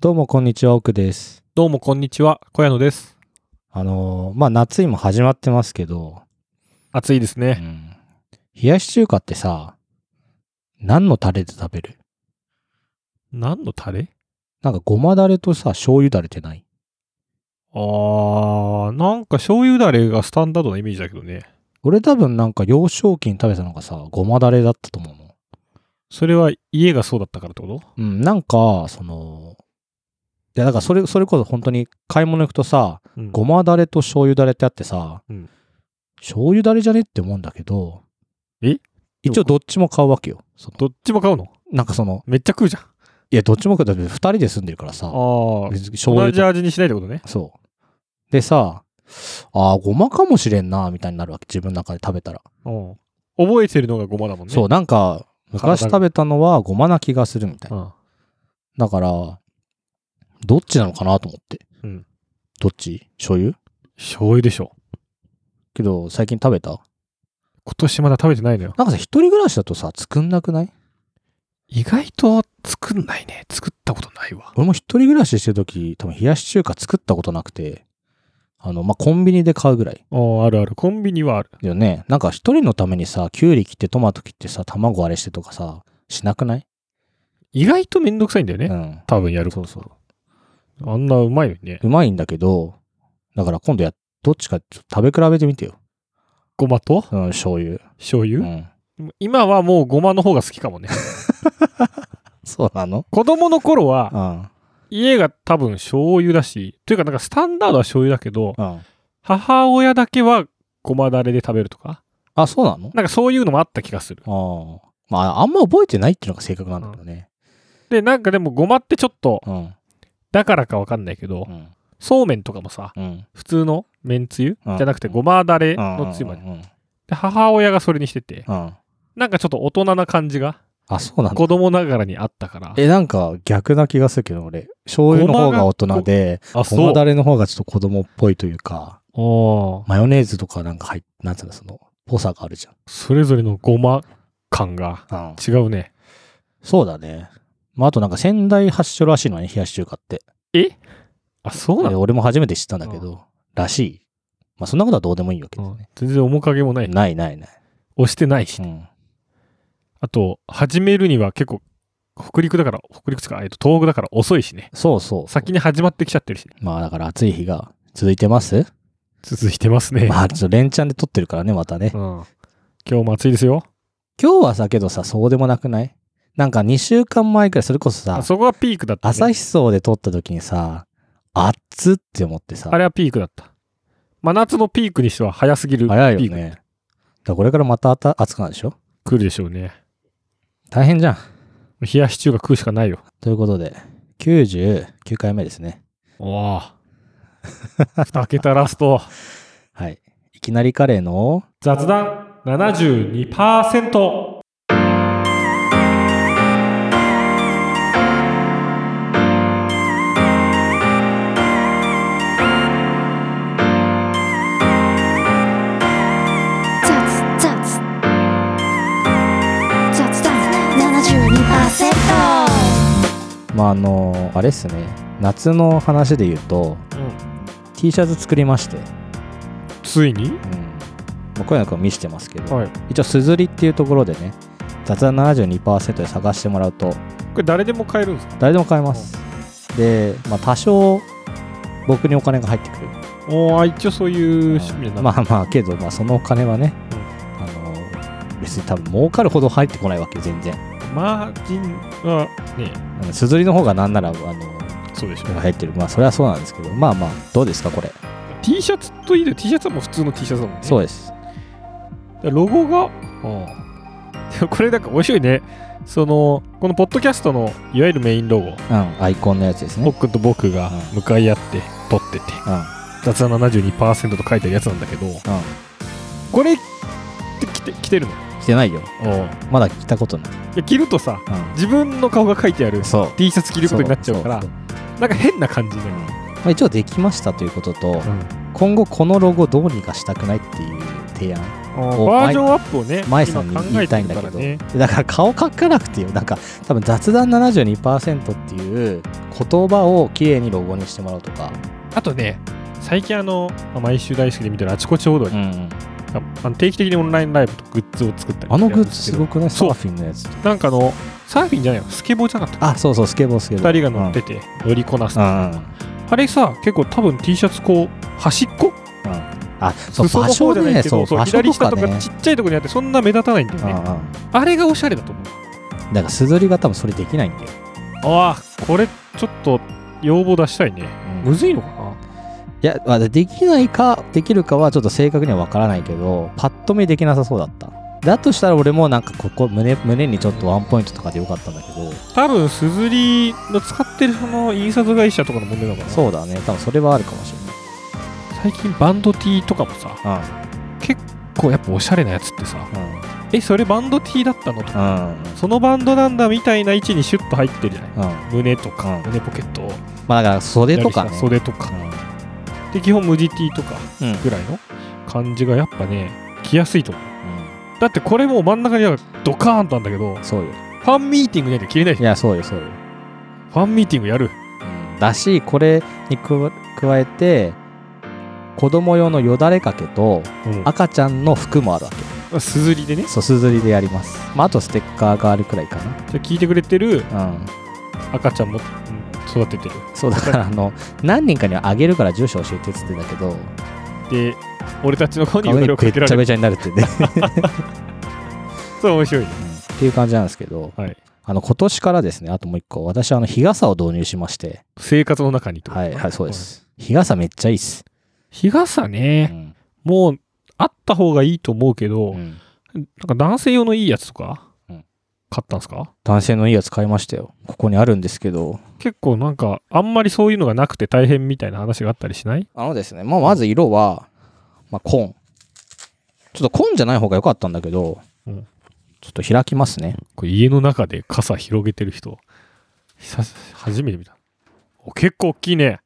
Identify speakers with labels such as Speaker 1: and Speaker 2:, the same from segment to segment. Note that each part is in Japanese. Speaker 1: どうもこんにちは奥です
Speaker 2: どうもこんにちは、小屋野です。
Speaker 1: あのーまあ夏今始まってますけど、
Speaker 2: 暑いです
Speaker 1: う
Speaker 2: ね。
Speaker 1: ん、冷やし中華ってさ何のタレで食べる
Speaker 2: 何のタレ
Speaker 1: なんかごまだれとさ醤油だれってない
Speaker 2: あー、なんか醤油だれがスタンダードなイメージだけどね。
Speaker 1: 俺多分なんか幼少期に食べたのがさごまだれだったと思うの
Speaker 2: それは家がそうだったからってこと
Speaker 1: うんなんかそのいやだからそれそれこそ本当に買い物行くとさ
Speaker 2: うん
Speaker 1: ごまだれと醤油だれってあってさ、
Speaker 2: うん
Speaker 1: 醤油だれじゃねって思うんだけど
Speaker 2: え
Speaker 1: 一応どっちも買うわけよその
Speaker 2: どっちも買うの
Speaker 1: なんかその
Speaker 2: めっちゃ食うじゃん。
Speaker 1: いやどっちも買うだって2人で住んでるから
Speaker 2: あ
Speaker 1: さ
Speaker 2: ー、
Speaker 1: 別に醤
Speaker 2: 同
Speaker 1: 油
Speaker 2: じ
Speaker 1: と
Speaker 2: 味にしないってことね。
Speaker 1: そうでさあーごまかもしれんなみたいになるわけ自分の中で食べたら、
Speaker 2: うん。覚えてるのがごまだもんね。
Speaker 1: そうなんか昔
Speaker 2: 体が
Speaker 1: 食べたのはごまな気がするみたいな
Speaker 2: うん。
Speaker 1: だからどっちなのかなと思って、
Speaker 2: うん
Speaker 1: どっち醤油
Speaker 2: 醤油でしょ。
Speaker 1: けど最近食べた
Speaker 2: 今年まだ食べてないのよ。
Speaker 1: なんかさ一人暮らしだとさ作んなくない
Speaker 2: 意外と作んないね。作ったことないわ。
Speaker 1: 俺も一人暮らししてる時多分冷やし中華作ったことなくてあのまあコンビニで買うぐらい
Speaker 2: ああるある。コンビニはある。
Speaker 1: だよねなんか一人のためにさきゅうり切ってトマト切ってさ卵あれしてとかさしなくない
Speaker 2: 意外とめんどくさいんだよね。
Speaker 1: うん
Speaker 2: 多分やるこ
Speaker 1: そう
Speaker 2: と。
Speaker 1: そう
Speaker 2: あんなうまいのにね。
Speaker 1: うまいんだけどだから今度やどっちかちょっと食べ比べてみてよ
Speaker 2: ごまと
Speaker 1: うん醤油
Speaker 2: 醤油、
Speaker 1: うん
Speaker 2: 今はもうごまの方が好きか もね
Speaker 1: そうなの
Speaker 2: 子供の頃は
Speaker 1: うん
Speaker 2: 家が多分醤油だしというかなんかスタンダードは醤油だけど
Speaker 1: うん
Speaker 2: 母親だけはごまだれで食べるとか
Speaker 1: あそうなの
Speaker 2: なんかそういうのもあった気がする
Speaker 1: ああまああんま覚えてないっていうのが正確なんだけどね
Speaker 2: でなんかでもごまってちょっと
Speaker 1: うん
Speaker 2: だからかわかんないけど
Speaker 1: うん
Speaker 2: そうめんとかもさ
Speaker 1: うん
Speaker 2: 普通のめんつゆ
Speaker 1: うん
Speaker 2: じゃなくてごまだれ
Speaker 1: うん
Speaker 2: のつゆまで
Speaker 1: うん
Speaker 2: で母親がそれにしてて
Speaker 1: うん
Speaker 2: なんかちょっと大人な感じが
Speaker 1: あそうなの
Speaker 2: 子供ながらにあったから
Speaker 1: え、なんか逆な気がするけど、俺。醤油の方が大人で、
Speaker 2: あ
Speaker 1: ご
Speaker 2: そ
Speaker 1: ま
Speaker 2: う
Speaker 1: だれの方がちょっと子供っぽいというか、
Speaker 2: おー
Speaker 1: マヨネーズとかなんか入っなんつうの、その、ぽさがあるじ
Speaker 2: それぞれのごま感が
Speaker 1: ゃん。うん。
Speaker 2: 違うね
Speaker 1: そうだね。まあ、あとなんか仙台発祥らしいのね、冷やし中華って。
Speaker 2: あ、そうな
Speaker 1: で
Speaker 2: の、
Speaker 1: 俺も初めて知ったんだけど、らしい。まあ、そんなことはどうでもいいわけですね。
Speaker 2: 全然面影もない。
Speaker 1: ないないない。
Speaker 2: 押してないし。
Speaker 1: うん。
Speaker 2: あと、始めるには結構、北陸だから、北陸っつうか、えっと、東北だから遅いしね。
Speaker 1: そうそう。
Speaker 2: 先に始まってきちゃってるし、
Speaker 1: まあ、だから暑い日が続いてます
Speaker 2: 続いてますね。
Speaker 1: まあ、ちょっと連チャンで撮ってるからね、またね。
Speaker 2: うん。今日も暑いですよ。
Speaker 1: 今日はさ、けどさ、そうでもなくないなんか2週間前くらい、それこそ
Speaker 2: あ
Speaker 1: さ、
Speaker 2: そこがピークだった、ね。
Speaker 1: 朝日荘で撮った時にさ、熱っって思ってさ
Speaker 2: あ、れはピークだった。真夏のピークにしては早すぎるピ
Speaker 1: 早い
Speaker 2: ー
Speaker 1: よ
Speaker 2: ク、
Speaker 1: ね。だからこれからまたあた暑くなるでしょ
Speaker 2: 来るでしょうね。
Speaker 1: 大変じゃん。
Speaker 2: 冷やし中華食うしかないよ。
Speaker 1: ということで、99回目ですね。
Speaker 2: おぉ。蓋開けたラスト。
Speaker 1: はい。いきなりカレーの、
Speaker 2: 雑談72%。
Speaker 3: 雑雑雑談72%
Speaker 1: まあ、あの、あれっすね。夏の話で言うと、
Speaker 2: うん。
Speaker 1: T シャツ作りまして、うん。
Speaker 2: ついに
Speaker 1: まあ、こういうのを見せてますけど、
Speaker 2: はい。
Speaker 1: 一応、すずりっていうところでね、雑談72%で探してもらうと、
Speaker 2: これ誰でも買えるんですか
Speaker 1: 誰でも買えます。で、まあ、多少、僕にお金が入ってくる。
Speaker 2: おー一応そういう趣味なんだ、
Speaker 1: まあまあけど、まあ、そのお金はね、
Speaker 2: うん
Speaker 1: あの別に多分儲かるほど入ってこないわけ全然
Speaker 2: マージンはね
Speaker 1: あのすずりの方がなんならあの
Speaker 2: そうでしょ
Speaker 1: 入ってるまあそれはそうなんですけどまあまあどうですかこれ
Speaker 2: T シャツといいで T シャツはもう普通の T シャツだもんね
Speaker 1: そう
Speaker 2: う
Speaker 1: です
Speaker 2: ロゴがで もこれなんか面白いねそのこのポッドキャストのいわゆるメインロゴ
Speaker 1: うんアイコンのやつですね
Speaker 2: 僕と僕が向かい合って撮ってて
Speaker 1: うんうん
Speaker 2: 雑談72%と書いてあるやつなんだけどこれって着て着てるの
Speaker 1: 着てないよ
Speaker 2: おい
Speaker 1: まだ着たことない、
Speaker 2: や着るとさ
Speaker 1: う
Speaker 2: 自分の顔が書いてある
Speaker 1: ん、そう
Speaker 2: T シャツ着
Speaker 1: 着
Speaker 2: ることになっちゃうからなんか変な感じになる、
Speaker 1: まあ、一応できましたということと、
Speaker 2: うん
Speaker 1: 今後このロゴどうにかしたくないっていう提案お
Speaker 2: バージョンアップをね、
Speaker 1: 前さんに
Speaker 2: 今考
Speaker 1: 言
Speaker 2: え
Speaker 1: いた
Speaker 2: て
Speaker 1: いん
Speaker 2: る
Speaker 1: だけ
Speaker 2: から
Speaker 1: ど、
Speaker 2: ね。
Speaker 1: だから顔書かなくていいよなんか多分雑談72%っていう言葉をきれいにロゴにしてもらうとか、
Speaker 2: あとね、最近あの、まあ毎週大好きで見てるあちこち報道に、
Speaker 1: ん、
Speaker 2: あの定期的にオンラインライブとグッズを作ったり
Speaker 1: あのグッズ
Speaker 2: し
Speaker 1: す
Speaker 2: てるんで
Speaker 1: ごくないサ
Speaker 2: そう
Speaker 1: ーフィンのやつ
Speaker 2: すけどなんかあの、サーフィンじゃないよ、スケボーじゃなかった
Speaker 1: あそうそうスケボースケボー
Speaker 2: 2人が乗ってて、乗りこなす、
Speaker 1: うん、うんうん
Speaker 2: あれさ、結構多分 T シャツこう、端っこ
Speaker 1: あそう場
Speaker 2: 裾の方
Speaker 1: 所
Speaker 2: じゃない
Speaker 1: ね
Speaker 2: け
Speaker 1: そ
Speaker 2: ど、
Speaker 1: う
Speaker 2: そう
Speaker 1: 場所
Speaker 2: 左
Speaker 1: と
Speaker 2: 下
Speaker 1: か
Speaker 2: と
Speaker 1: ね
Speaker 2: かちっちゃいとこにあって、そんな目立たないんだよ
Speaker 1: うんう
Speaker 2: ね。
Speaker 1: ん
Speaker 2: あれがおしゃれだと思う。
Speaker 1: だからすずりが多分それできないんだよ、
Speaker 2: ああ、これちょっと要望出したいね。
Speaker 1: うん
Speaker 2: む
Speaker 1: い
Speaker 2: ずいのかな
Speaker 1: やまあできないかできるかはちょっと正確には分からないけどパッと見できなさそうだっただとしたら俺もなんかここ胸胸にちょっとワンポイントとかでよかったんだけど
Speaker 2: 多分すずりの使ってるその印刷会社とかの問題なのかな
Speaker 1: そうだね多分それはあるかもし
Speaker 2: 最近バンド T とかもさ
Speaker 1: れない
Speaker 2: こうやっぱおしゃれなやつってさ
Speaker 1: うんうん
Speaker 2: えそれバンド T だったのとか
Speaker 1: うん
Speaker 2: そのバンドなんだみたいな位置にシュッと入ってるじゃない
Speaker 1: うん
Speaker 2: 胸とか、
Speaker 1: うん
Speaker 2: 胸ポケットを
Speaker 1: まあだから袖とかね
Speaker 2: 袖とかで基本無地 T とか
Speaker 1: うんうん
Speaker 2: ぐらいの感じがやっぱね着やすいと思うだってこれもう真ん中になんかドカーンとあんだけど
Speaker 1: そうよ
Speaker 2: ファンミーティングになきゃ着れない
Speaker 1: い
Speaker 2: じゃん
Speaker 1: やそうよそうよ
Speaker 2: ファンミーティングやる
Speaker 1: だしこれに加加えて子供用のよだれかけと赤ちゃんの服もあるわけ
Speaker 2: あすずりでね
Speaker 1: そうすずりでやります、まあ、あとステッカーがあるくらいか
Speaker 2: じゃあ聞いてくれてる
Speaker 1: なうん
Speaker 2: 赤ちゃんもうん育ててる
Speaker 1: そうだからあの何人かにはあげるから住所教えてっつってんだけど
Speaker 2: で俺たちの顔に
Speaker 1: 顔
Speaker 2: 汚
Speaker 1: に
Speaker 2: れ
Speaker 1: べ
Speaker 2: を
Speaker 1: っ
Speaker 2: かけ
Speaker 1: ち
Speaker 2: ら
Speaker 1: ゃ
Speaker 2: れる
Speaker 1: べちゃになるって ね、
Speaker 2: そう面白いね
Speaker 1: うんっていう感じなんですけど、
Speaker 2: はい
Speaker 1: あの今年からですねあともう一個私はあの日傘を導入しまして
Speaker 2: 生活の中にってこと
Speaker 1: はいはいそうです日傘めっちゃいいっす、
Speaker 2: 日傘
Speaker 1: う
Speaker 2: ね
Speaker 1: ん
Speaker 2: もうあった方がいいと思うけど、
Speaker 1: うん
Speaker 2: なんか男性用のいいやつとか、
Speaker 1: うん
Speaker 2: 買ったんすか
Speaker 1: 男性のいいやつ買いましたよここにあるんですけど
Speaker 2: 結構なんかあんまりそういうのがなくて大変みたいな話があったりしない
Speaker 1: あのですね、まあ、まず色は、まあ、紺。ちょっと紺じゃない方が良かったんだけど、
Speaker 2: うん
Speaker 1: ちょっと開きますね。
Speaker 2: これ家の中で傘広げてる人久し初めて見たお結構大きいね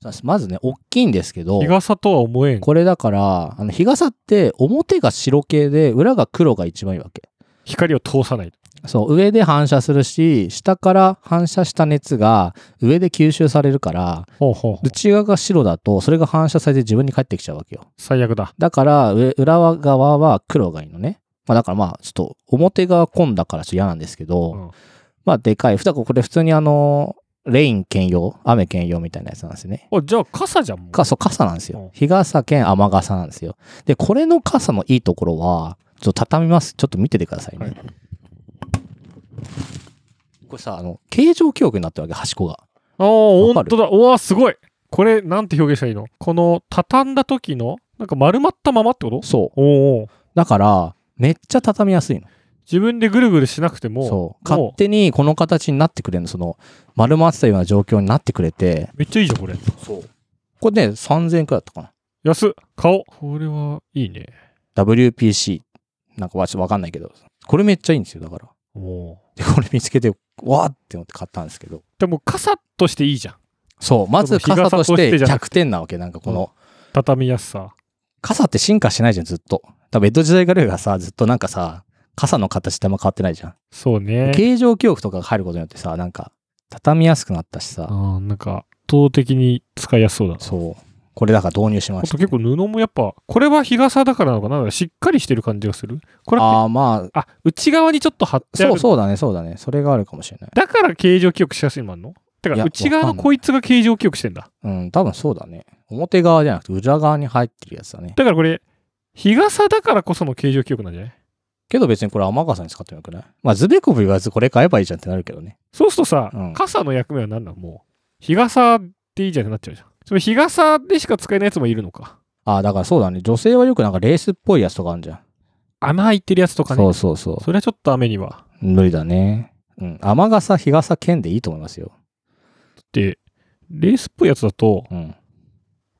Speaker 1: そうですまずね、大きいんですけど
Speaker 2: 日、傘とは思えん
Speaker 1: これだから、あの日傘って表が白系で、裏が黒が一番いいわけ。
Speaker 2: 光を通さない
Speaker 1: そう、上で反射するし、下から反射した熱が上で吸収されるから、
Speaker 2: ほうほうほう
Speaker 1: 内側が白だと、それが反射されて自分に返ってきちゃうわけよ。
Speaker 2: 最悪だ
Speaker 1: だから、上裏側は黒がいいのね。まあだからまあ、ちょっと表側紺だからちょっと嫌なんですけど、
Speaker 2: うん
Speaker 1: まあでかい。ふたこれ普通にあの、レイン兼用、雨兼用みたいなやつなんですね。
Speaker 2: おじゃあ傘じゃんもう
Speaker 1: か、そう、傘なんです
Speaker 2: うん
Speaker 1: よ。日傘兼雨傘なんですよ。で、これの傘のいいところは、ちょっと畳みます。ちょっと見ててくださいね。
Speaker 2: はい
Speaker 1: これさ、あの、形状記憶になってるわけ、端っこが。
Speaker 2: ああ、ほ
Speaker 1: わか
Speaker 2: ん
Speaker 1: る
Speaker 2: とだ。うわあ、すごい。これ、なんて表現したらいいのこの、畳んだ時の、なんか丸まったままってこと
Speaker 1: そう。
Speaker 2: おうおう
Speaker 1: だから、めっちゃ畳みやすいの。
Speaker 2: 自分でぐるぐるしなくても、
Speaker 1: そう。
Speaker 2: も
Speaker 1: 勝手にこの形になってくれるの。その、丸まってたような状況になってくれて。
Speaker 2: めっちゃいいじゃん、これ。
Speaker 1: そう。これね、3000円くらいだったかな。
Speaker 2: 安っ。顔。これは、いいね。
Speaker 1: WPC。なんかわちょっとわかんないけど。これめっちゃいいんですよ、だから。
Speaker 2: おおう
Speaker 1: で、これ見つけて、わーって思って買ったんですけど。
Speaker 2: でも、傘としていいじゃん。
Speaker 1: そう。まず
Speaker 2: その
Speaker 1: 傘
Speaker 2: 日傘
Speaker 1: とし
Speaker 2: として
Speaker 1: て
Speaker 2: じゃな
Speaker 1: 100点なわけ。なんかこの、
Speaker 2: 畳みやすさ。
Speaker 1: 傘って進化しないじゃん、ずっと。多分江戸時代からがさ、ずっとなんかさ、傘の形ってあんま変わってないじゃん。
Speaker 2: そうね。
Speaker 1: 形状記憶とかが入ることによってさ、なんか、畳みやすくなったしさ。
Speaker 2: あーなんか、圧倒的に使いやすそうだな。
Speaker 1: そう。これだから導入しま
Speaker 2: あ
Speaker 1: した
Speaker 2: と。結構布もやっぱ、これは日傘だからなのかななんかしっかりしてる感じがする。これは
Speaker 1: ああー、まあ、
Speaker 2: あ、内側にちょっと貼ってある
Speaker 1: そうそうだね、そうだね。それがあるかもしれない。
Speaker 2: だから形状記憶しやすいのもあんのて
Speaker 1: い
Speaker 2: か
Speaker 1: や
Speaker 2: 内側
Speaker 1: わ
Speaker 2: の
Speaker 1: かんない
Speaker 2: こいつが形状記憶してんだ
Speaker 1: うん、多分そうだね。表側じゃなくて裏側に入ってるやつだね。
Speaker 2: だからこれ日傘だからこその形状記憶なんじゃない
Speaker 1: けど別にこれ雨傘に使ってもよくないまあ、ズベコブ言わずこれ買えばいいじゃんってなるけどね。
Speaker 2: そうするとさ、
Speaker 1: うん
Speaker 2: 傘の役目は何なのもう日傘でいいじゃんってなっちゃうじゃんその日傘でしか使えないやつもいるのか
Speaker 1: ああ、だからそうだね。女性はよくなんかレースっぽいやつとかあるじゃん。
Speaker 2: 穴開いてるやつとかね
Speaker 1: そ
Speaker 2: そう
Speaker 1: そうそう。
Speaker 2: れはちょっと雨には
Speaker 1: 無理だね。うん。雨傘、日傘、剣でいいと思いますよ。
Speaker 2: でレースっぽいやつだと
Speaker 1: うん。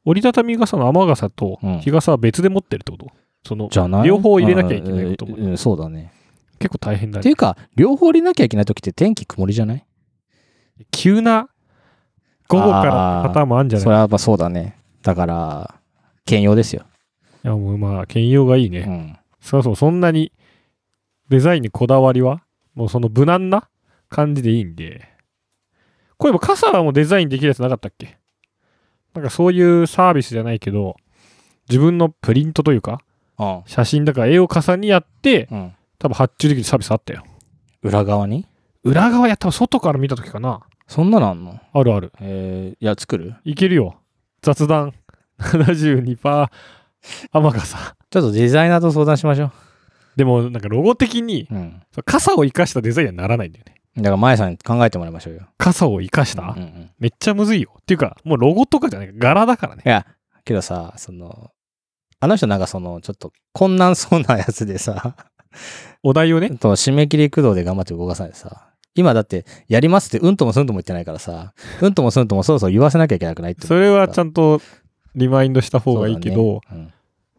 Speaker 2: 折りたたみ傘の雨傘と
Speaker 1: うん
Speaker 2: 日傘は別で持ってるってこと、その
Speaker 1: じゃない
Speaker 2: 両方入れなきゃいけないことも
Speaker 1: うんうん、そうだね。
Speaker 2: 結構大変だ
Speaker 1: って
Speaker 2: ね
Speaker 1: いうか、両方入れなきゃいけない時って天気曇りじゃない
Speaker 2: 急な午後からのパターンもあるんじゃ
Speaker 1: そ
Speaker 2: ない
Speaker 1: れはやっぱそうだね。だから、兼用ですよ。
Speaker 2: いや、もうまあ、兼用がいいね。
Speaker 1: うん。
Speaker 2: そもそもそんなにデザインにこだわりは、もうその無難な感じでいいんで。これも傘はもうデザインできるやつなかったっけなんかそういうサービスじゃないけど、自分のプリントというか、
Speaker 1: うん。
Speaker 2: 写真だから絵を重ねやって、
Speaker 1: うん。
Speaker 2: 多分発注できるサービスあったよ。
Speaker 1: 裏側に
Speaker 2: 裏側やったら外から見た時かな。
Speaker 1: そんなのあんの
Speaker 2: あるある。
Speaker 1: えー、いや、作る
Speaker 2: いけるよ。雑談72%雨傘。
Speaker 1: ちょっとデザイナーと相談しましょ
Speaker 2: でもなんかロゴ的に
Speaker 1: う。うん。
Speaker 2: 傘を生かしたデザインにはならないんだよね。
Speaker 1: だから、前さんに考えてもらいましょうよ。
Speaker 2: 傘を生かした、
Speaker 1: うんうん。
Speaker 2: めっちゃむずいよ。っていうか、もうロゴとかじゃない柄だからね。
Speaker 1: いや、けどさ、その、あの人なんかその、ちょっと困難そうなやつでさ、
Speaker 2: お題をね。
Speaker 1: と締め切り駆動で頑張って動かさないでさ、今だって、やりますってうんともすんとも言ってないからさ、うんともすんともそろそろ言わせなきゃいけなくないって。
Speaker 2: それはちゃんとリマインドした方がいいけど、
Speaker 1: そうだね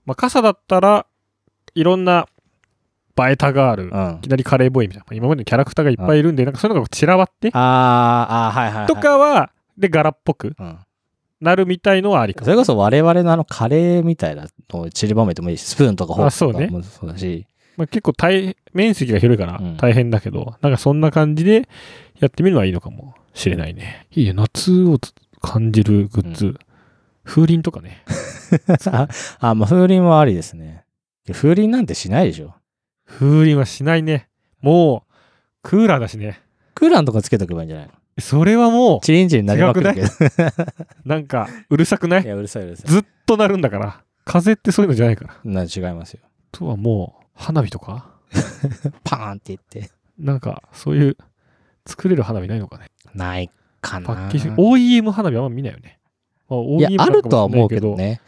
Speaker 2: まあ傘だったらいろんな映えたがある、
Speaker 1: うん。うん
Speaker 2: いきなりカレーボーイみたいな、まあ今までのキャラクターがいっぱいいるんで、なんかそういうのが散らばっ
Speaker 1: あ
Speaker 2: て、
Speaker 1: ーあー、はいはい、はい。
Speaker 2: とかは、で、柄っぽく
Speaker 1: うん。
Speaker 2: なるみたいのはありか
Speaker 1: そ。れこそ我々のあのカレーみたいなのを散りばめてもいいし、スプーンとかフォー
Speaker 2: あそう
Speaker 1: クと
Speaker 2: ね
Speaker 1: かもそうだし、
Speaker 2: まあ、結構大面積が広いから
Speaker 1: うん
Speaker 2: 大変だけど、なんかそんな感じでやってみるのはいいのかもしれないね。いいよ、夏をつ感じるグッズ。風鈴とかね。
Speaker 1: あ、 あまあ風鈴はありですね。いや風鈴なんてしないでしょ。
Speaker 2: 風鈴はしないね。もう、クーラーだしね。
Speaker 1: クーラーのとかつけとけばいいんじゃないの
Speaker 2: それはも
Speaker 1: チリンチリンなりまくるけど。
Speaker 2: う、なんか、うるさくないい
Speaker 1: や、うるさいうるさい。
Speaker 2: ずっとなるんだから。風ってそういうのじゃないから。あ
Speaker 1: な違いますよ。
Speaker 2: とはもう、花火とか
Speaker 1: パーンって言って。
Speaker 2: なんか、そういう、作れる花火ないのかね。
Speaker 1: ないかな。
Speaker 2: パッケージ、OEM 花火あんま見ないよね。まあ、
Speaker 1: いや、
Speaker 2: OEM
Speaker 1: あ
Speaker 2: なの
Speaker 1: る
Speaker 2: か
Speaker 1: とは
Speaker 2: もしれ
Speaker 1: 思
Speaker 2: な
Speaker 1: うけ
Speaker 2: い
Speaker 1: どね。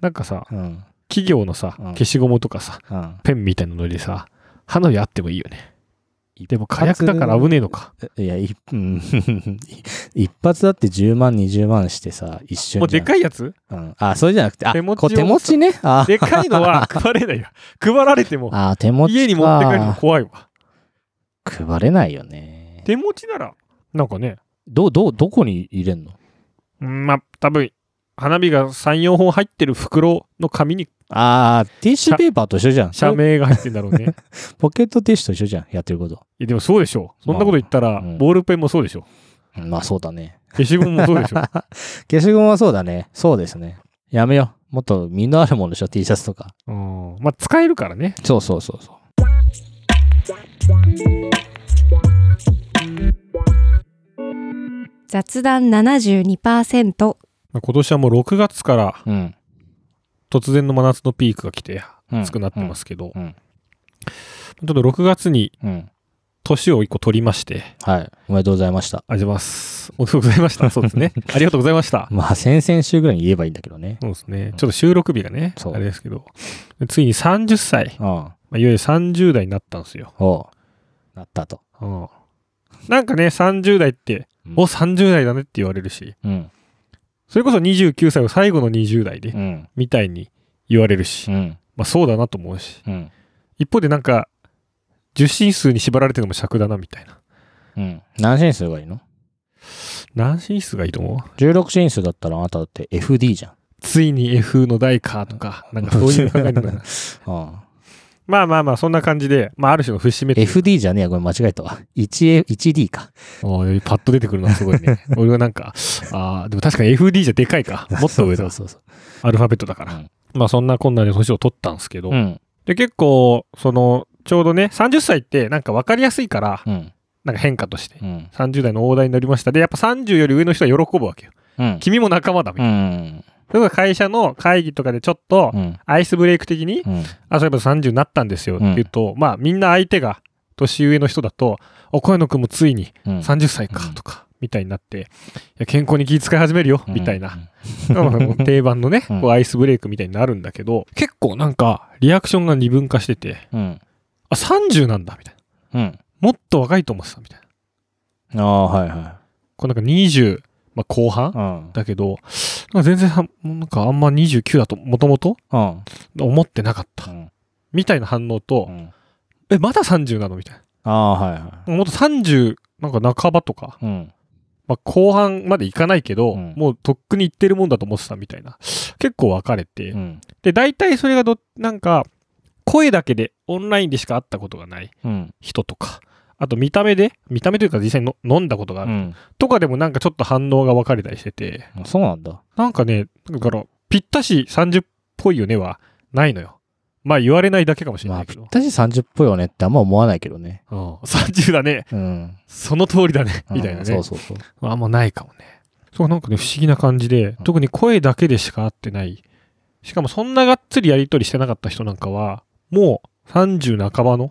Speaker 2: なんかさ、
Speaker 1: うん。
Speaker 2: 企業のさ、
Speaker 1: うん
Speaker 2: 消しゴムとかさ、
Speaker 1: うん。
Speaker 2: ペンみたいなのでさ、花火あってもいいよね。でも火薬だから危ねえのか。
Speaker 1: いや、い うん一発だって10万、20万してさ、一瞬
Speaker 2: もう
Speaker 1: じゃ
Speaker 2: で
Speaker 1: ん
Speaker 2: かいやつ
Speaker 1: うん、あ、それじゃなくて、あ、
Speaker 2: 手持ち
Speaker 1: こう手
Speaker 2: を
Speaker 1: 持ちね。あ
Speaker 2: でかいのは配れないよ。配られても、
Speaker 1: あー、手持ちか
Speaker 2: 家に持って帰るの怖いわ。
Speaker 1: 配れないよね。
Speaker 2: 手持ちなら、なんかね、
Speaker 1: どう、どう、どこに入れんの
Speaker 2: うんまあ、多分花火が3、4本入ってる袋の紙に
Speaker 1: ああ、ティッシュペーパーと一緒じゃん。
Speaker 2: 社名が入ってんだろうね。 い
Speaker 1: ポケットティッシュと一緒じゃん、やってること。
Speaker 2: や、でもそうでしょ。そんなこと言ったら、
Speaker 1: まあうん
Speaker 2: ボールペンもそうでしょ。
Speaker 1: うんまあそうだね。
Speaker 2: 消しゴムもそうでしょ。
Speaker 1: 消しゴムはそうだね。そうですね。やめよう。もっと身のあるものでしょ、T シャツとか。
Speaker 2: うん。まあ、使えるからね。
Speaker 1: そうそうそうそう。
Speaker 4: 雑談72%
Speaker 2: まあ今年はもう6月から
Speaker 1: うん。
Speaker 2: 突然の真夏のピークが来て、
Speaker 1: うん
Speaker 2: 熱くなってま。すけど、
Speaker 1: うんうん
Speaker 2: ちょっと6月に
Speaker 1: うん。うん
Speaker 2: 年を1個取りまして、
Speaker 1: はい。おめでとうございました。
Speaker 2: ありがとうございます。おめでとうございました。 そうですね。ありがとうございました。
Speaker 1: まあ、先々週ぐらいに言えばいいんだけどね。
Speaker 2: そうですね。ちょっと収録日がね、
Speaker 1: そう
Speaker 2: あれですけど、ついに30歳、
Speaker 1: うん。お
Speaker 2: まあ、いわゆる30代になったんですよ。
Speaker 1: う。なったと。
Speaker 2: うん。なんかね、30代って、
Speaker 1: うん
Speaker 2: お、30代だねって言われるし、
Speaker 1: うん。
Speaker 2: それこそ29歳を最後の20代で、
Speaker 1: うん。
Speaker 2: みたいに言われるし
Speaker 1: う、ん。
Speaker 2: まあそうだなと思うし、
Speaker 1: うん。
Speaker 2: 一方でなんか、受信数に縛られてるのも尺だなみたいな。
Speaker 1: うん。何進数がいいの
Speaker 2: 何進数がいいと思う
Speaker 1: ?16 進数だったらあなただって FD じゃん。
Speaker 2: ついに F の代かとか、なんかそういう考えになる
Speaker 1: うん。
Speaker 2: まあまあまあ、そんな感じで、まあある種の節目というか
Speaker 1: FD じゃねえや、これ間違えたわ。1A 1D か。
Speaker 2: おーパッと出てくるのはすご いね。俺はなんか、あーでも確かに FD じゃでかいか。もっと上
Speaker 1: そ
Speaker 2: だ
Speaker 1: う。そうそう
Speaker 2: アルファベットだから。
Speaker 1: うん
Speaker 2: まあそんなこんなで年を取ったんですけど、
Speaker 1: そう。うん。
Speaker 2: で結構、その、ちょうどね、30歳ってなんか分かりやすいから、
Speaker 1: うん。
Speaker 2: なんか変化として
Speaker 1: う。ん。
Speaker 2: 30代の大台になりました。で、やっぱ30より上の人は喜ぶわけよ。
Speaker 1: うん。
Speaker 2: 君も仲間だみた
Speaker 1: う
Speaker 2: いな。
Speaker 1: ん。
Speaker 2: それから会社の会議とかでちょっと
Speaker 1: う、ん。
Speaker 2: アイスブレイク的に、
Speaker 1: うん。
Speaker 2: あ、そういえば30になったんですよって言うと、まあみんな相手が年上の人だと、お、小野くんもついに
Speaker 1: うん。
Speaker 2: 30歳かとか、みたいになって、いや健康に気遣い始めるよ、みたいな。も う定番のね、
Speaker 1: うん
Speaker 2: こうアイスブレイクみたいになるんだけど、結構なんか、リアクションが二分化してて、
Speaker 1: うん。うん。
Speaker 2: あ、30なんだ、みたいな。
Speaker 1: うん。
Speaker 2: もっと若いと思ってた、みたいな。
Speaker 1: ああ、はいは
Speaker 2: こうなんか20、まあ後半
Speaker 1: い。うん。
Speaker 2: だけど、なんか全然は、なんかあんま29だと、もともと
Speaker 1: うん。
Speaker 2: 思ってなかった
Speaker 1: う。ん
Speaker 2: みたいな反応
Speaker 1: う
Speaker 2: と、
Speaker 1: ん。
Speaker 2: え、まだ30なのみたい
Speaker 1: あ
Speaker 2: な。
Speaker 1: あ、はいは
Speaker 2: もっと30、なんか半ばとか、
Speaker 1: い。うん。
Speaker 2: まあ、後半までいかないけど、
Speaker 1: うん
Speaker 2: もうとっくに行ってるもんだと思ってたみたいな。結構分かれて。
Speaker 1: うん。
Speaker 2: で、大体それがど、なんか、声だけでオンラインでしか会ったことがない
Speaker 1: うん。
Speaker 2: 人とか、あと見た目で、見た目というか実際にの飲んだことがあ
Speaker 1: う
Speaker 2: る、
Speaker 1: ん。
Speaker 2: とかでもなんかちょっと反応が分かれたりしてて、
Speaker 1: あそうなんだ。
Speaker 2: なんかね、だから、ぴったし30っぽいよねはないのよ。まあ言われないだけかもしれ
Speaker 1: ま
Speaker 2: な
Speaker 1: あ、
Speaker 2: いけ
Speaker 1: ぴ
Speaker 2: ど
Speaker 1: っ。たし30っぽいよねってあんま思わないけどね。
Speaker 2: うん、30だね。
Speaker 1: うん。
Speaker 2: その通りだね。みたいな
Speaker 1: うん
Speaker 2: ね。
Speaker 1: そうそうそう。
Speaker 2: あんまないかもね。そう、なんかね、不思議な感じで
Speaker 1: う、ん
Speaker 2: 特に声だけでしか会ってない。しかもそんながっつりやりとりしてなかった人なんかは、もう30半ばの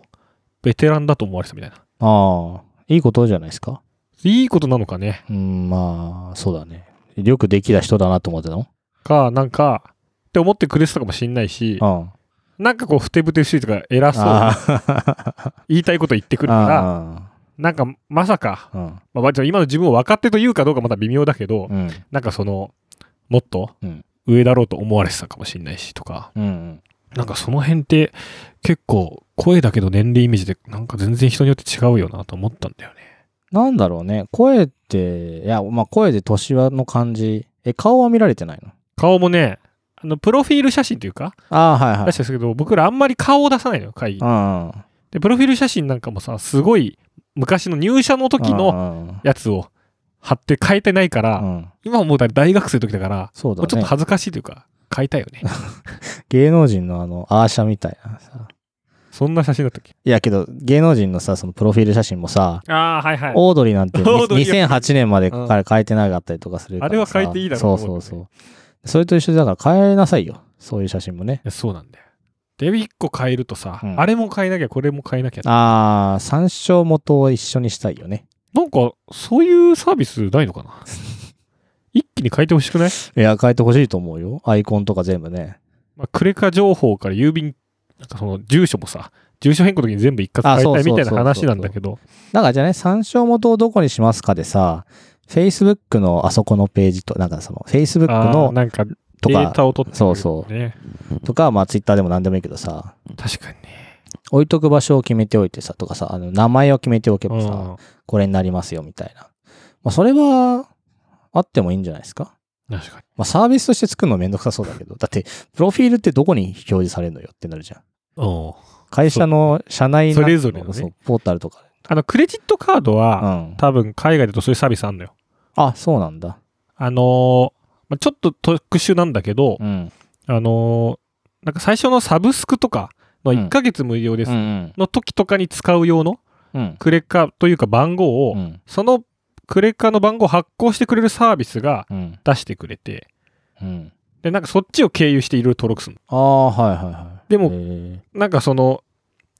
Speaker 2: ベテランだと思われてたみたいな。
Speaker 1: ああ、いいことじゃないですか。
Speaker 2: いいことなのかね。
Speaker 1: うん、まあ、そうだね。よくできた人だなと思ってたの
Speaker 2: か、なんか、って思ってくれてたかもしんないし、
Speaker 1: うん。
Speaker 2: なんかこう、ふてぶてしいとか、偉そう
Speaker 1: あ
Speaker 2: な、
Speaker 1: あ
Speaker 2: 言いたいこと言ってくるから、なんか、まさか、
Speaker 1: ああ
Speaker 2: まあ、割と今の自分を分かってというかどうかまた微妙だけど、
Speaker 1: うん。
Speaker 2: なんかその、もっと
Speaker 1: うん
Speaker 2: 上だろうと思われてたかもしんないしとか、
Speaker 1: うん。うん。
Speaker 2: なんかその辺って結構声だけど年齢イメージでなんか全然人によって違うよなと思ったんだよね。
Speaker 1: なんだろうね。声って、いや、まあ声で年はの感じ。え、顔は見られてないの
Speaker 2: 顔もね、あの、プロフィール写真というか、
Speaker 1: ああ、はいは
Speaker 2: 出
Speaker 1: い
Speaker 2: し。たんですけど、僕らあんまり顔を出さないのよ、会議
Speaker 1: う。ん。
Speaker 2: で、プロフィール写真なんかもさ、すごい昔の入社の時の
Speaker 1: の、
Speaker 2: やつを貼って変えてないか
Speaker 1: う
Speaker 2: ら、
Speaker 1: ん。
Speaker 2: 今思うたら大学生の時だから、
Speaker 1: そう
Speaker 2: もう
Speaker 1: だ
Speaker 2: ちょっ
Speaker 1: ね
Speaker 2: と。恥ずかしいというか、変えたいよね。
Speaker 1: 芸能人のあの、アーシャみたいなさ。
Speaker 2: そんな写真だったっけ
Speaker 1: いやけど、芸能人のさ、そのプロフィール写真もさ、
Speaker 2: ああ、はいは
Speaker 1: オードリーなんて
Speaker 2: オードリー
Speaker 1: 2008年まで
Speaker 2: うん
Speaker 1: から変えてなかったりとかするからさ
Speaker 2: あれは変えていいだろうと
Speaker 1: そう
Speaker 2: 思
Speaker 1: そうう
Speaker 2: けど
Speaker 1: そ
Speaker 2: ね
Speaker 1: う。それと一緒で、だから変えなさいよ。そういう写真もね。
Speaker 2: い。そうなんだよ。で、一個変えるとさ、
Speaker 1: うん
Speaker 2: あれも変えなきゃ、これも変えなきゃ。
Speaker 1: ああ、参照元を一緒にしたいよね。
Speaker 2: なんか、そういうサービスないの かな一気に変えてほしくない、
Speaker 1: いや、変えてほしいと思うよ。アイコンとか全部ね。
Speaker 2: まあ、クレカ情報から郵便、なんかその住所もさ、住所変更の時に全部一括
Speaker 1: あ
Speaker 2: 変え
Speaker 1: そうそ
Speaker 2: たいう
Speaker 1: そう
Speaker 2: みたいな話なんだけど、
Speaker 1: だからじゃあね、参照元をどこにしますかでさ、Facebook のあそこのページと、なんかその Facebook
Speaker 2: あー
Speaker 1: の
Speaker 2: なんかデ
Speaker 1: と
Speaker 2: ー
Speaker 1: か、
Speaker 2: タを取ってくれる、ね、
Speaker 1: そうそとか、まあ Twitter でも何でもいいけどさ、
Speaker 2: 確かにね。
Speaker 1: 置いとく場所を決めておいてさ、とかさ、あの名前を決めておけばさ、
Speaker 2: う
Speaker 1: これになりますよみたいな。まあ、それは、あってもいいんじゃないですか。
Speaker 2: ん確かに。
Speaker 1: まあ、サービスとして作るのめんどくさそうだけど、だ って、プロフィールってどこに表示されるのよってなるじゃん。
Speaker 2: うん
Speaker 1: 会社の社内なん
Speaker 2: それぞれのね
Speaker 1: そう、ポータルとか。
Speaker 2: あの、クレジットカード
Speaker 1: う
Speaker 2: は、
Speaker 1: ん。
Speaker 2: 多分海外だとそういうサービスあるのよ。
Speaker 1: あ、そうなんだ。
Speaker 2: あのーまあ、ちょっと特殊なんだけど、
Speaker 1: うん。
Speaker 2: あのーなんか最初のサブスクとかの1ヶ月無料です、
Speaker 1: うんうん。
Speaker 2: の時とかに使う用の
Speaker 1: うん。
Speaker 2: クレカというか番号を、
Speaker 1: うん。
Speaker 2: そのクレカの番号を発行してくれるサービスが
Speaker 1: うん。
Speaker 2: 出してくれて、
Speaker 1: うん。
Speaker 2: で、なんかそっちを経由していろいろ登録する
Speaker 1: ああ、はいはいはい。
Speaker 2: でも
Speaker 1: へー
Speaker 2: の。なんかその、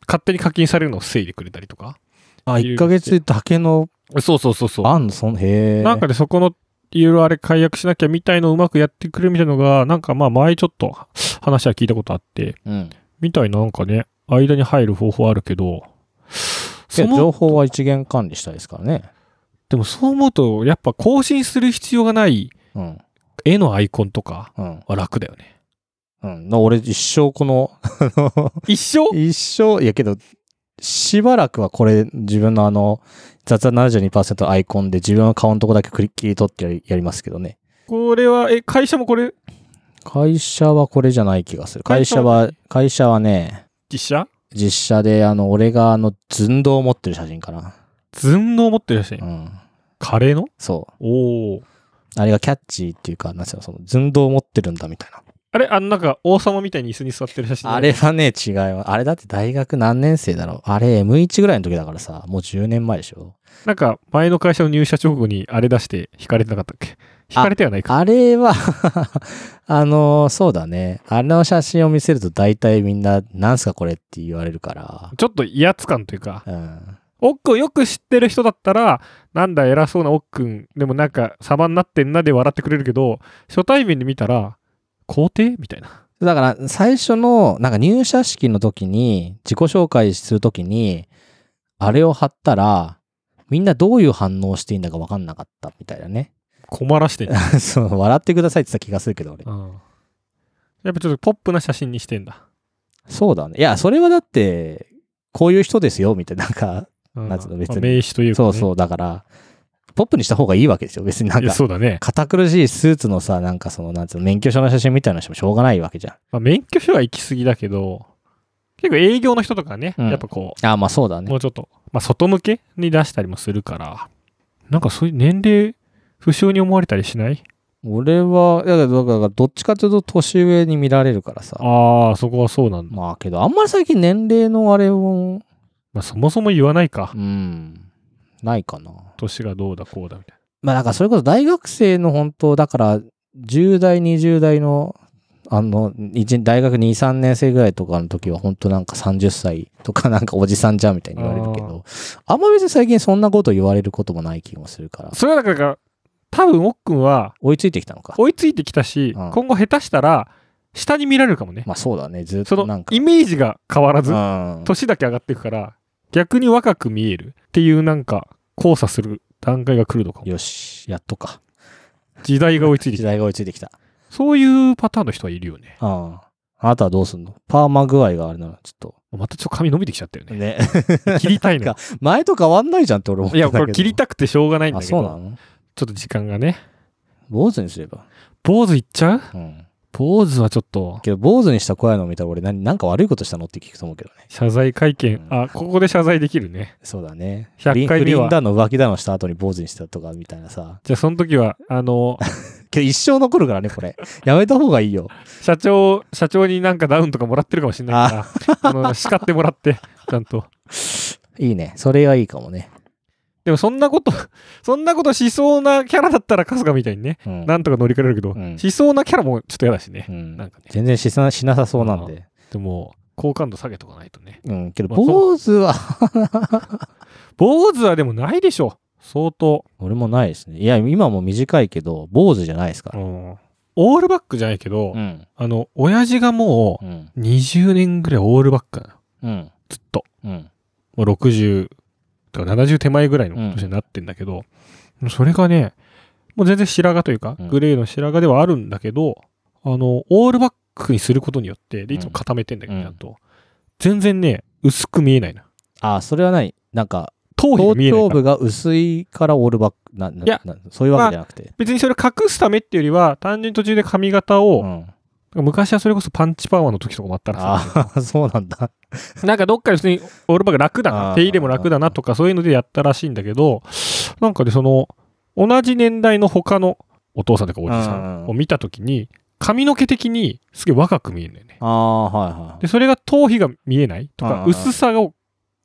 Speaker 2: 勝手に課金されるのを防いでくれたりとか。
Speaker 1: あ、
Speaker 2: いろい
Speaker 1: 1
Speaker 2: ろ
Speaker 1: ヶ月だけの、
Speaker 2: そうそうそうそ
Speaker 1: あんの、そん、へ
Speaker 2: う。
Speaker 1: え。
Speaker 2: なんかでそこの、いろいろあれ解約しなきゃみたいのをうまくやってくれるみたいなのが、なんかまあ前ちょっと話は聞いたことあって、
Speaker 1: うん。
Speaker 2: みたいななんかね、間に入る方法あるけど、そ
Speaker 1: で
Speaker 2: の
Speaker 1: 情報は一元管理したいですからね。
Speaker 2: でもそう思うと、やっぱ更新する必要がない
Speaker 1: うん。
Speaker 2: 絵のアイコンとか
Speaker 1: うん。
Speaker 2: は楽だよね。
Speaker 1: うん。な俺、一生こ の、あの、
Speaker 2: 一生
Speaker 1: 一生、いやけど、しばらくはこれ自分のあの、雑談72%アイコンで自分の顔のとこだけクリッキリ取ってやりやりますけどね。
Speaker 2: これは、え、会社もこれ、
Speaker 1: 会社はこれじゃない気がする。
Speaker 2: 会
Speaker 1: 会
Speaker 2: 社
Speaker 1: 社
Speaker 2: は
Speaker 1: は、会社はね、
Speaker 2: 実写
Speaker 1: 実写であの、俺があの、寸胴を持ってる写真かな。
Speaker 2: 寸能持ってるらしい。
Speaker 1: うん。
Speaker 2: カレーの
Speaker 1: そう。
Speaker 2: おお。
Speaker 1: あれがキャッチーっていうか、なんていうの、その、寸胴を持ってるんだみたいな。
Speaker 2: あれあの、なんか、王様みたいに椅子に座ってる写真。
Speaker 1: あれはね、違いは。あれだって大学何年生だろう。あれ M1 ぐらいの時だからさ、もう10年前でしょ。
Speaker 2: なんか、前の会社の入社直後にあれ出して、引かれてなかったっけ引かれてはないか。
Speaker 1: あれは、 あの、そうだね。あの写真を見せると大体みんな、なんすかこれって言われるか
Speaker 2: ちょっと威圧感というか、
Speaker 1: ら。うん。
Speaker 2: おっくんよく知ってる人だったら、なんだ、偉そうなおっくん、でもなんか、様になってんなで笑ってくれるけど、初対面で見たら、皇帝みたいな。
Speaker 1: だから、最初の、なんか入社式の時に、自己紹介する時に、あれを貼ったら、みんなどういう反応をしていいんだか分かんなかったみたいなね。
Speaker 2: 困らして る、
Speaker 1: そう、笑ってくださいって言った気がするけど、俺。
Speaker 2: うん。やっぱちょっとポップな写真にしてんだ。
Speaker 1: そうだね。いや、それはだって、こういう人ですよ、みたいな。なんか、
Speaker 2: うん
Speaker 1: なんつうの別に
Speaker 2: まあ名刺というか、ね。
Speaker 1: そうそう、だから、ポップにした方がいいわけですよ。別になん
Speaker 2: いや、
Speaker 1: か、
Speaker 2: そうだね。
Speaker 1: 堅苦しいスーツのさ、なんかその、なんつうの、免許証の写真みたいなのしてもしょうがないわけじゃん。
Speaker 2: まあ、免許証は行き過ぎだけど、結構営業の人とかね、
Speaker 1: うん
Speaker 2: やっぱこ
Speaker 1: ああ、まあそうだ
Speaker 2: う、
Speaker 1: ね
Speaker 2: も。うちょっと、まあ、外向けに出したりもするから、なんかそういう年齢不詳に思われたりしない
Speaker 1: 俺は、いやだから、だからどっちかというと年上に見られるからさ。
Speaker 2: ああ、そこはそうなんだ。
Speaker 1: まあけど、あんまり最近年齢のあれを、
Speaker 2: まあ、そもそも言わないか
Speaker 1: う。ん、ないかな。
Speaker 2: 年がどうだこうだみたい
Speaker 1: まあだからそれこそ大学生の本当、だから10代、20代の、あの、一大学2、3年生ぐらいとかの時は本当なんか30歳とか なんかおじさんじゃんみたいに言われるけど、あんま別に最近そんなこと言われることもない気もするから
Speaker 2: な。、それはだから、多分、おっくんは
Speaker 1: 追いついてきたのか。
Speaker 2: 追いついてきたし、
Speaker 1: うん
Speaker 2: 今後下手したら、下に見られるかもね。
Speaker 1: まあそうだね、ずっ
Speaker 2: そ
Speaker 1: とな
Speaker 2: の
Speaker 1: んか。
Speaker 2: イメージが変わらず、
Speaker 1: うん
Speaker 2: 年だけ上がっていくから、逆に若く見えるっていうなんか、交差する段階が来るのかも。
Speaker 1: よし、やっとか。
Speaker 2: 時代が追いついてき
Speaker 1: 時
Speaker 2: た。
Speaker 1: 代が追いついてきた。
Speaker 2: そういうパターンの人はいるよね。
Speaker 1: うん。あなたはどうすんのパーマ具合があれなら、ちょっ
Speaker 2: またちょっと髪伸びてきちゃった よ
Speaker 1: と。
Speaker 2: ね。
Speaker 1: ね。
Speaker 2: 切りたいの。
Speaker 1: 前と変わんないじゃんって俺思った
Speaker 2: い
Speaker 1: んだ
Speaker 2: や、
Speaker 1: けど。
Speaker 2: これ切りたくてしょうがないんだ
Speaker 1: あ、
Speaker 2: け
Speaker 1: そうな
Speaker 2: ど、
Speaker 1: の
Speaker 2: ちょっと時間がね。
Speaker 1: 坊主にすれば。
Speaker 2: 坊主いっちゃう
Speaker 1: うん。
Speaker 2: 坊主はちょっと、
Speaker 1: けど、坊主にした小屋のを見たら俺何、なんか悪いことしたのって聞くと思うけどね。
Speaker 2: 謝罪会見。あ、ここで謝罪できるね。
Speaker 1: そうだね。
Speaker 2: 100回
Speaker 1: 不
Speaker 2: 目は
Speaker 1: 倫だの浮気だのした後に坊主にしたとかみたいなさ。
Speaker 2: じゃあ、その時は、あの、
Speaker 1: けど、一生残るからね、これ。 やめた方がいいよ。
Speaker 2: 社長、社長になんかダウンとかもらってるかもしれない から、あの、叱ってもらって、ちゃんと。
Speaker 1: いいね。それはいいかもね。
Speaker 2: でも、そんなこと、そんなことしそうなキャラだったら、春日みたいにね、
Speaker 1: うん。
Speaker 2: なんとか乗り換えられるけど、
Speaker 1: うん
Speaker 2: しそうなキャラもちょっと嫌だしね
Speaker 1: う。ん
Speaker 2: なんかね
Speaker 1: 全然しなしなさそうなんで。
Speaker 2: でも、好感度下げとかないとね。
Speaker 1: うん。けど、
Speaker 2: まあそう
Speaker 1: 坊主は、
Speaker 2: 坊主はでもないでしょ。相当。
Speaker 1: 俺もないですね。いや、今も短いけど、坊主じゃないですから。
Speaker 2: オールバックじゃないけど、
Speaker 1: うん。
Speaker 2: あの、親父がも
Speaker 1: うん。
Speaker 2: う20年ぐらいオールバックなの。
Speaker 1: うん。
Speaker 2: ずっと。
Speaker 1: うん。
Speaker 2: もう60とか70手前ぐらいの年になってんだけど、それがね、もう全然白髪というか、
Speaker 1: うん
Speaker 2: グレーの白髪ではあるんだけど、あの、オールバックにすることによって、で、いつも固めてんだけど、
Speaker 1: うん
Speaker 2: ちゃんと。全然ね、薄く見えないな。
Speaker 1: あ、それは何なんか、
Speaker 2: 頭皮が
Speaker 1: 頭
Speaker 2: 見えない
Speaker 1: 頂
Speaker 2: から。
Speaker 1: 部が薄いからオールバック、な、ない
Speaker 2: や
Speaker 1: なそういうわけじゃなくて。
Speaker 2: 別にそれ隠すためっていうよりは、単純に途中で髪型を、なん
Speaker 1: うん。
Speaker 2: か昔はそれこそパンチパーマの時とかもあったらさ、
Speaker 1: ああ、 そうなんだ。
Speaker 2: なんかどっかで普通にオールバック楽だ
Speaker 1: あ
Speaker 2: な、
Speaker 1: ー
Speaker 2: 手入れも楽だなとかそういうのでやったらしいんだけど、なんかでその、同じ年代の他のお父さんとかおじさ
Speaker 1: うんうん
Speaker 2: ん
Speaker 1: うん
Speaker 2: を見たときに、髪の毛的にすげえ若く見えるんだよね。
Speaker 1: ああ、はいはい。
Speaker 2: で、それが頭皮が見えないと
Speaker 1: うん
Speaker 2: か
Speaker 1: う、ん
Speaker 2: 薄さを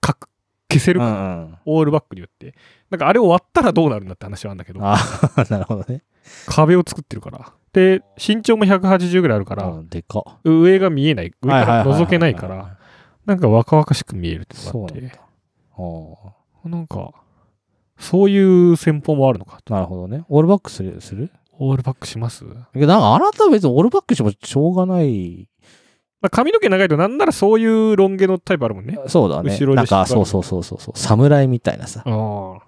Speaker 2: かく消せる
Speaker 1: う
Speaker 2: から、
Speaker 1: んうん、
Speaker 2: オールバックによって。なんかあれを割ったらどうなるんだって話はあるんだけど、
Speaker 1: ああ、なるほどね。
Speaker 2: 壁を作ってるから。で、身長も180ぐらいあるから、
Speaker 1: うんでかっ。
Speaker 2: 上が見えない、上から覗けないか
Speaker 1: はは
Speaker 2: ら、なんか若々しく見えるっていうの
Speaker 1: そう
Speaker 2: があ
Speaker 1: な
Speaker 2: っ
Speaker 1: ん
Speaker 2: て
Speaker 1: だ。。あ
Speaker 2: なんか、そういう戦法もあるのか。
Speaker 1: あなるほどね。オールバックするする
Speaker 2: オールバックします
Speaker 1: いやなんかあなたは別にオールバックしてもしょうがない。
Speaker 2: まあ髪の毛長いとなんならそういうロン毛のタイプあるもんね。
Speaker 1: そうだね。
Speaker 2: 後ろで
Speaker 1: なんか、
Speaker 2: 縛
Speaker 1: そ
Speaker 2: る
Speaker 1: うそうそうそうそう。侍みたいなさ。
Speaker 2: ああ。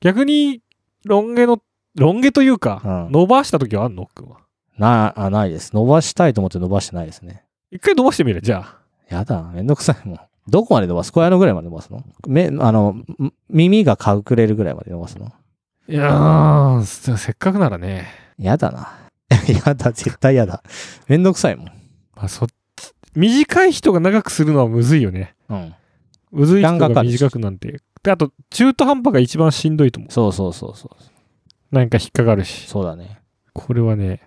Speaker 2: 逆に、ロン毛の、ロン毛というか、
Speaker 1: うん
Speaker 2: 伸ばした時はあんの奥君は。
Speaker 1: なあ、ないです。伸ばしたいと思って伸ばしてないですね。
Speaker 2: 一回伸ばしてみるじゃあ。
Speaker 1: やだ、めんどくさいもん。どこまで伸ばす小屋のぐらいまで伸ばすの目、あの、ん耳が隠れるぐらいまで伸ばすの
Speaker 2: いやー、せせっかくならね。
Speaker 1: やだな。 やだ、絶対やだ。めんどくさいもん。
Speaker 2: まあ、そっち、短い人が長くするのはむずいよね。
Speaker 1: うん。
Speaker 2: むずい人
Speaker 1: 時間かか
Speaker 2: が
Speaker 1: るし
Speaker 2: 短くなんて。で、あと、中途半端が一番しんどいと思
Speaker 1: そうそうそうそう。
Speaker 2: う。なんか引っかかるし。
Speaker 1: そうだね。
Speaker 2: これはね、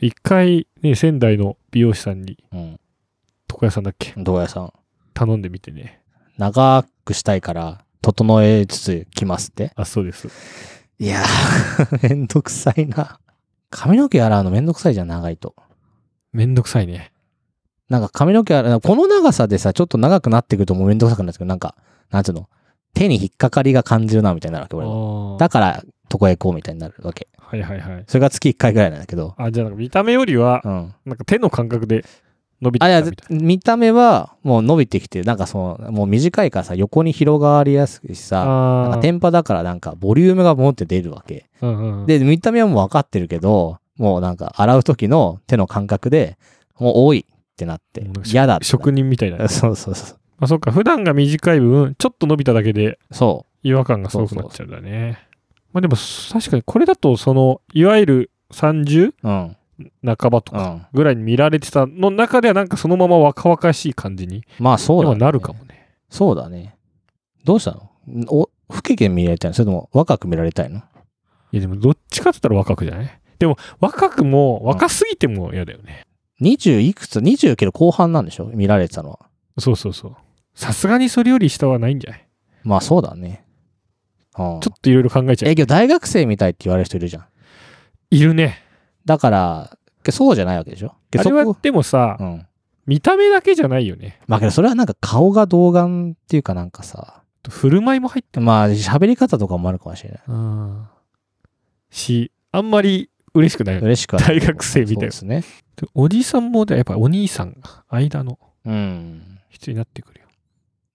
Speaker 2: 一回、ね、仙台の美容師さんに、
Speaker 1: うん。
Speaker 2: 床屋さんだっけ
Speaker 1: 床屋さん。
Speaker 2: 頼んでみてね。
Speaker 1: 長くしたいから、整えつつ来ますって。
Speaker 2: あ、そうです。
Speaker 1: いやー、 めんどくさいな。髪の毛洗うのめんどくさいじゃん、長いと。
Speaker 2: めんどくさいね。
Speaker 1: なんか髪の毛洗う、この長さでさ、ちょっと長くなってくるともうめんどくさくなってくる。なんか、なんつうの、手に引っかかりが感じるな、みたいになるわけ、
Speaker 2: あ
Speaker 1: 俺は。
Speaker 2: ー
Speaker 1: だから、床へ行こうみたいになるわけ。
Speaker 2: はいはいはい。
Speaker 1: それが月1回ぐらいなんだけど。
Speaker 2: あ、じゃあなんか見た目よりは
Speaker 1: う、ん。
Speaker 2: なんか手の感覚で伸びて
Speaker 1: あ、
Speaker 2: き
Speaker 1: いや
Speaker 2: たみたい、
Speaker 1: 見た目はもう伸びてきて、なんかその、もう短いからさ、横に広がりやすいしさ、
Speaker 2: な。
Speaker 1: な
Speaker 2: あ
Speaker 1: ん
Speaker 2: ー
Speaker 1: か天パだからなんかボリュームがもって出るわけ。
Speaker 2: うんうんうん
Speaker 1: で、見た目はもう分かってるけど、もうなんか洗う時の手の感覚で、もう多いってなって
Speaker 2: もうなん、か
Speaker 1: 嫌だってな。
Speaker 2: 職人みたい な。
Speaker 1: そうそうそう。
Speaker 2: あ、そっか。普段が短い分、ちょっと伸びただけで
Speaker 1: そ
Speaker 2: 違和感がすごくなっちゃうんだね。まあでも確かにこれだとそのいわゆる30
Speaker 1: うん。
Speaker 2: 半ばと
Speaker 1: う
Speaker 2: か
Speaker 1: ん。
Speaker 2: ぐらいに見られてたの中ではなんかそのまま若々しい感じに
Speaker 1: まあそうだ、
Speaker 2: 今
Speaker 1: ね。
Speaker 2: なるかもね。
Speaker 1: そうだね。どうしたのお、不機嫌見られたいのそれとも若く見られたいの
Speaker 2: いやでもどっちかって言ったら若くじゃないでも若くも若すぎても嫌だよね。
Speaker 1: ?20 いくつ ?20 けど後半なんでしょ見られてたのは。
Speaker 2: そうそうそう。さすがにそれより下はないんじゃない
Speaker 1: まあそうだね。うん。
Speaker 2: ちょっといろいろ考えちゃう
Speaker 1: え、。けど大学生みたいって言われる人いるじゃん。
Speaker 2: いるね。
Speaker 1: だから、けそうじゃないわけでしょけ
Speaker 2: あ
Speaker 1: そ
Speaker 2: れ
Speaker 1: こ
Speaker 2: はでもさ、
Speaker 1: うん。
Speaker 2: 見た目だけじゃないよね。
Speaker 1: まあけどそれはなんか顔が童顔っていうかなんかさ、
Speaker 2: 振る舞いも入ってる。
Speaker 1: まあ喋り方とかもあるかもしれない。
Speaker 2: し、あんまり嬉しくないよね。
Speaker 1: 嬉しくはない
Speaker 2: 大学生みたいな
Speaker 1: そうですね。
Speaker 2: でおじさんもね、やっぱお兄さんが間の
Speaker 1: うん。
Speaker 2: 人になってくるよ。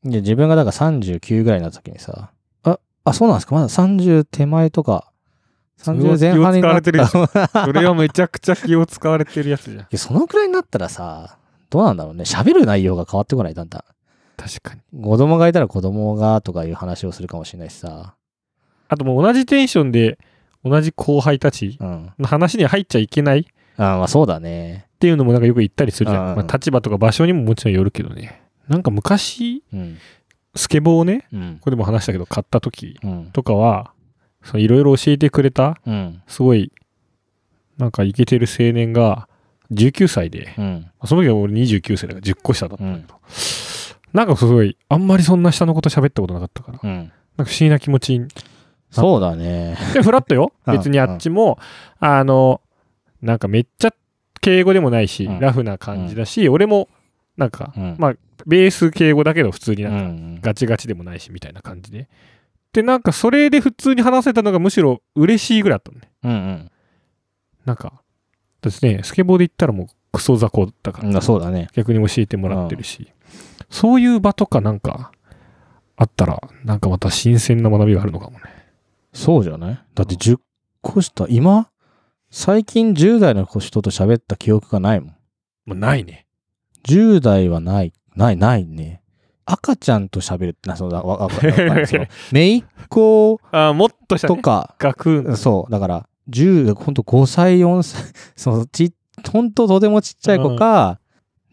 Speaker 1: で、自分がだから39ぐらいになった時にさ、あ、あ、そうなんですかまだ30手前とか、30前半になった
Speaker 2: 気を使 それはめちゃくちゃ気を使われてるやつじゃん。
Speaker 1: いやそのくらいになったらさ、どうなんだろうね。喋る内容が変わってこない、だんだ
Speaker 2: 確かに。
Speaker 1: ん。子供がいたら子供がとかいう話をするかもしれないしさ。
Speaker 2: あともう同じテンションで、同じ後輩たち
Speaker 1: うん。
Speaker 2: の話に入っちゃいけないっ
Speaker 1: あまあそうだね。
Speaker 2: ていうのもなんかよく言ったりするじゃん。
Speaker 1: うんうん
Speaker 2: まあ、立場とか場所にももちろんよるけどね。なんか昔、
Speaker 1: うん。
Speaker 2: スケボーをね、
Speaker 1: うん
Speaker 2: こ。れでも話したけど買った時
Speaker 1: うん。
Speaker 2: とかは、そのいろいろ教えてくれた、
Speaker 1: うん。
Speaker 2: すごい、なんかイケてる青年が、19歳で、
Speaker 1: うん。
Speaker 2: その時は俺29歳だから10個下だったんだけど、なんかすごい、あんまりそんな下のこと喋ったことなかったから、
Speaker 1: うん。
Speaker 2: なんか不思議な気持ちに。
Speaker 1: そうだね。
Speaker 2: で、フラットよ。
Speaker 1: うん
Speaker 2: 別にあっちも、あの、なんかめっちゃ敬語でもないし、
Speaker 1: うん
Speaker 2: ラフな感じだし、俺も、なんか、
Speaker 1: うん
Speaker 2: まあ、ベース敬語だけど普通に
Speaker 1: う
Speaker 2: なんか
Speaker 1: ん。
Speaker 2: ガチガチでもないしみたいな感じで。で、なんかそれで普通に話せたのがむしろ嬉しいぐらいだったのね。
Speaker 1: うん。うん。
Speaker 2: なんか、ですね、スケボーで言ったらもうクソ雑魚だから、
Speaker 1: うんそうだね。
Speaker 2: 逆に教えてもらってるし、そういう場とかなんかあったら、なんかまた新鮮な学びがあるのかもね。
Speaker 1: そうじゃないだって10個下、今、最近10代の人と喋った記憶がないもん。
Speaker 2: もうないね。
Speaker 1: 10代はない、ない、ないね。赤ちゃんと喋るってな、その、わわわかんない その、めいっ子
Speaker 2: あーもっとした、
Speaker 1: と
Speaker 2: ね、
Speaker 1: か、
Speaker 2: 学運
Speaker 1: そう、だから、10、ほんと5歳、4歳、 そのち、ほんととてもちっちゃい子か、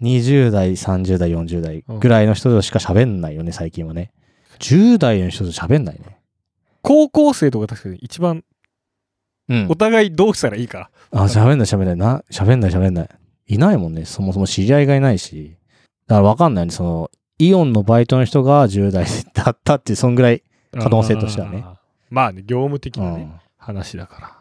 Speaker 1: 20代、30代、40代ぐらいの人としか喋んないよね、最近はね。10代の人と喋んないね。
Speaker 2: 高校生とか確かに一番
Speaker 1: うん
Speaker 2: お。互いどうしたらいいか。
Speaker 1: あ、喋んない、喋んない、な、喋んない、喋んない。いないもんね、そもそも知り合いがいないし。だからわかんないよね、その、イオンのバイトの人が10代だったっていう、そんぐらい。可能性としてはね
Speaker 2: あー。まあね、業務的
Speaker 1: う
Speaker 2: なね、
Speaker 1: ん。
Speaker 2: 話だから。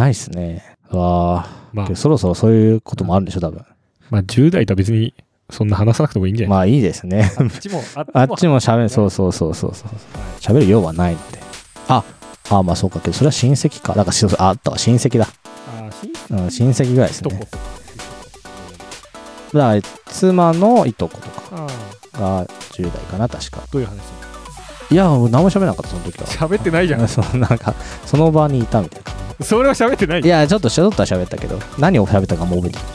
Speaker 1: ないっすね。わあ、
Speaker 2: まあ
Speaker 1: けど、そろそろそういうこともあるんでしょ、多分。
Speaker 2: まあ10代とは別にそんな話さなくてもいいんじゃない
Speaker 1: まあいいです ね。
Speaker 2: あっちも、あっちも
Speaker 1: あっちも喋る、そうそうそうそうそう。喋る用はないんで。あ、あ、まあそうか、けど、それは親戚か。だから、そうそうああったわ、親戚だ。
Speaker 2: あーし
Speaker 1: うん、親戚ぐらいです
Speaker 2: と
Speaker 1: ね
Speaker 2: こ。とか。
Speaker 1: だから、妻のいとことか
Speaker 2: ああ、
Speaker 1: が10代かな、確か。
Speaker 2: どういう話
Speaker 1: いや、俺何も喋らなかった、その時は。
Speaker 2: 喋ってないじゃ ん。
Speaker 1: そのなんか、その場にいたみたいな。
Speaker 2: それは喋ってない
Speaker 1: いや、ちょっと、ちょっとは喋ったけど、何を喋ったかもう覚えてない。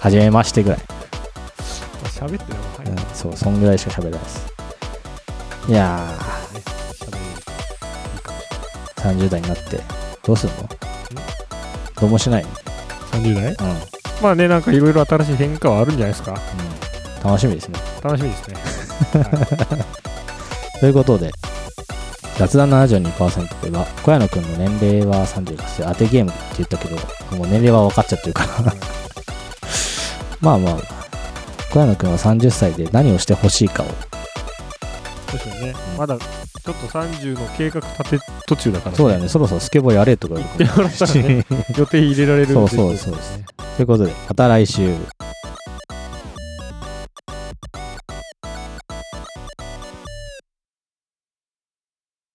Speaker 1: はじめましてぐらい。
Speaker 2: 喋ってない。はい
Speaker 1: うん、そう、そんぐらいしか喋らないです。いや
Speaker 2: 喋る
Speaker 1: ー、30代になって、どうするのどうもしないの
Speaker 2: 30代
Speaker 1: うん。
Speaker 2: まあね、なんかいろいろ新しい変化はあるんじゃないですか。
Speaker 1: うん楽しみですね。
Speaker 2: 楽しみ ですね。
Speaker 1: ということで、雑談72%では、小谷野くんの年齢は38歳、当てゲームって言ったけど、もう年齢は分かっちゃってるから。 まあまあ、小谷野くんは30歳で何をしてほしいかを、
Speaker 2: 確かにね、まだちょっと30の計画立て途中だから、
Speaker 1: そうだよね、そろそろスケボー やれとか言うかもしれないし
Speaker 2: 言ってもらったらね予定入れられる
Speaker 1: そうそうそううです。ということで、また来週。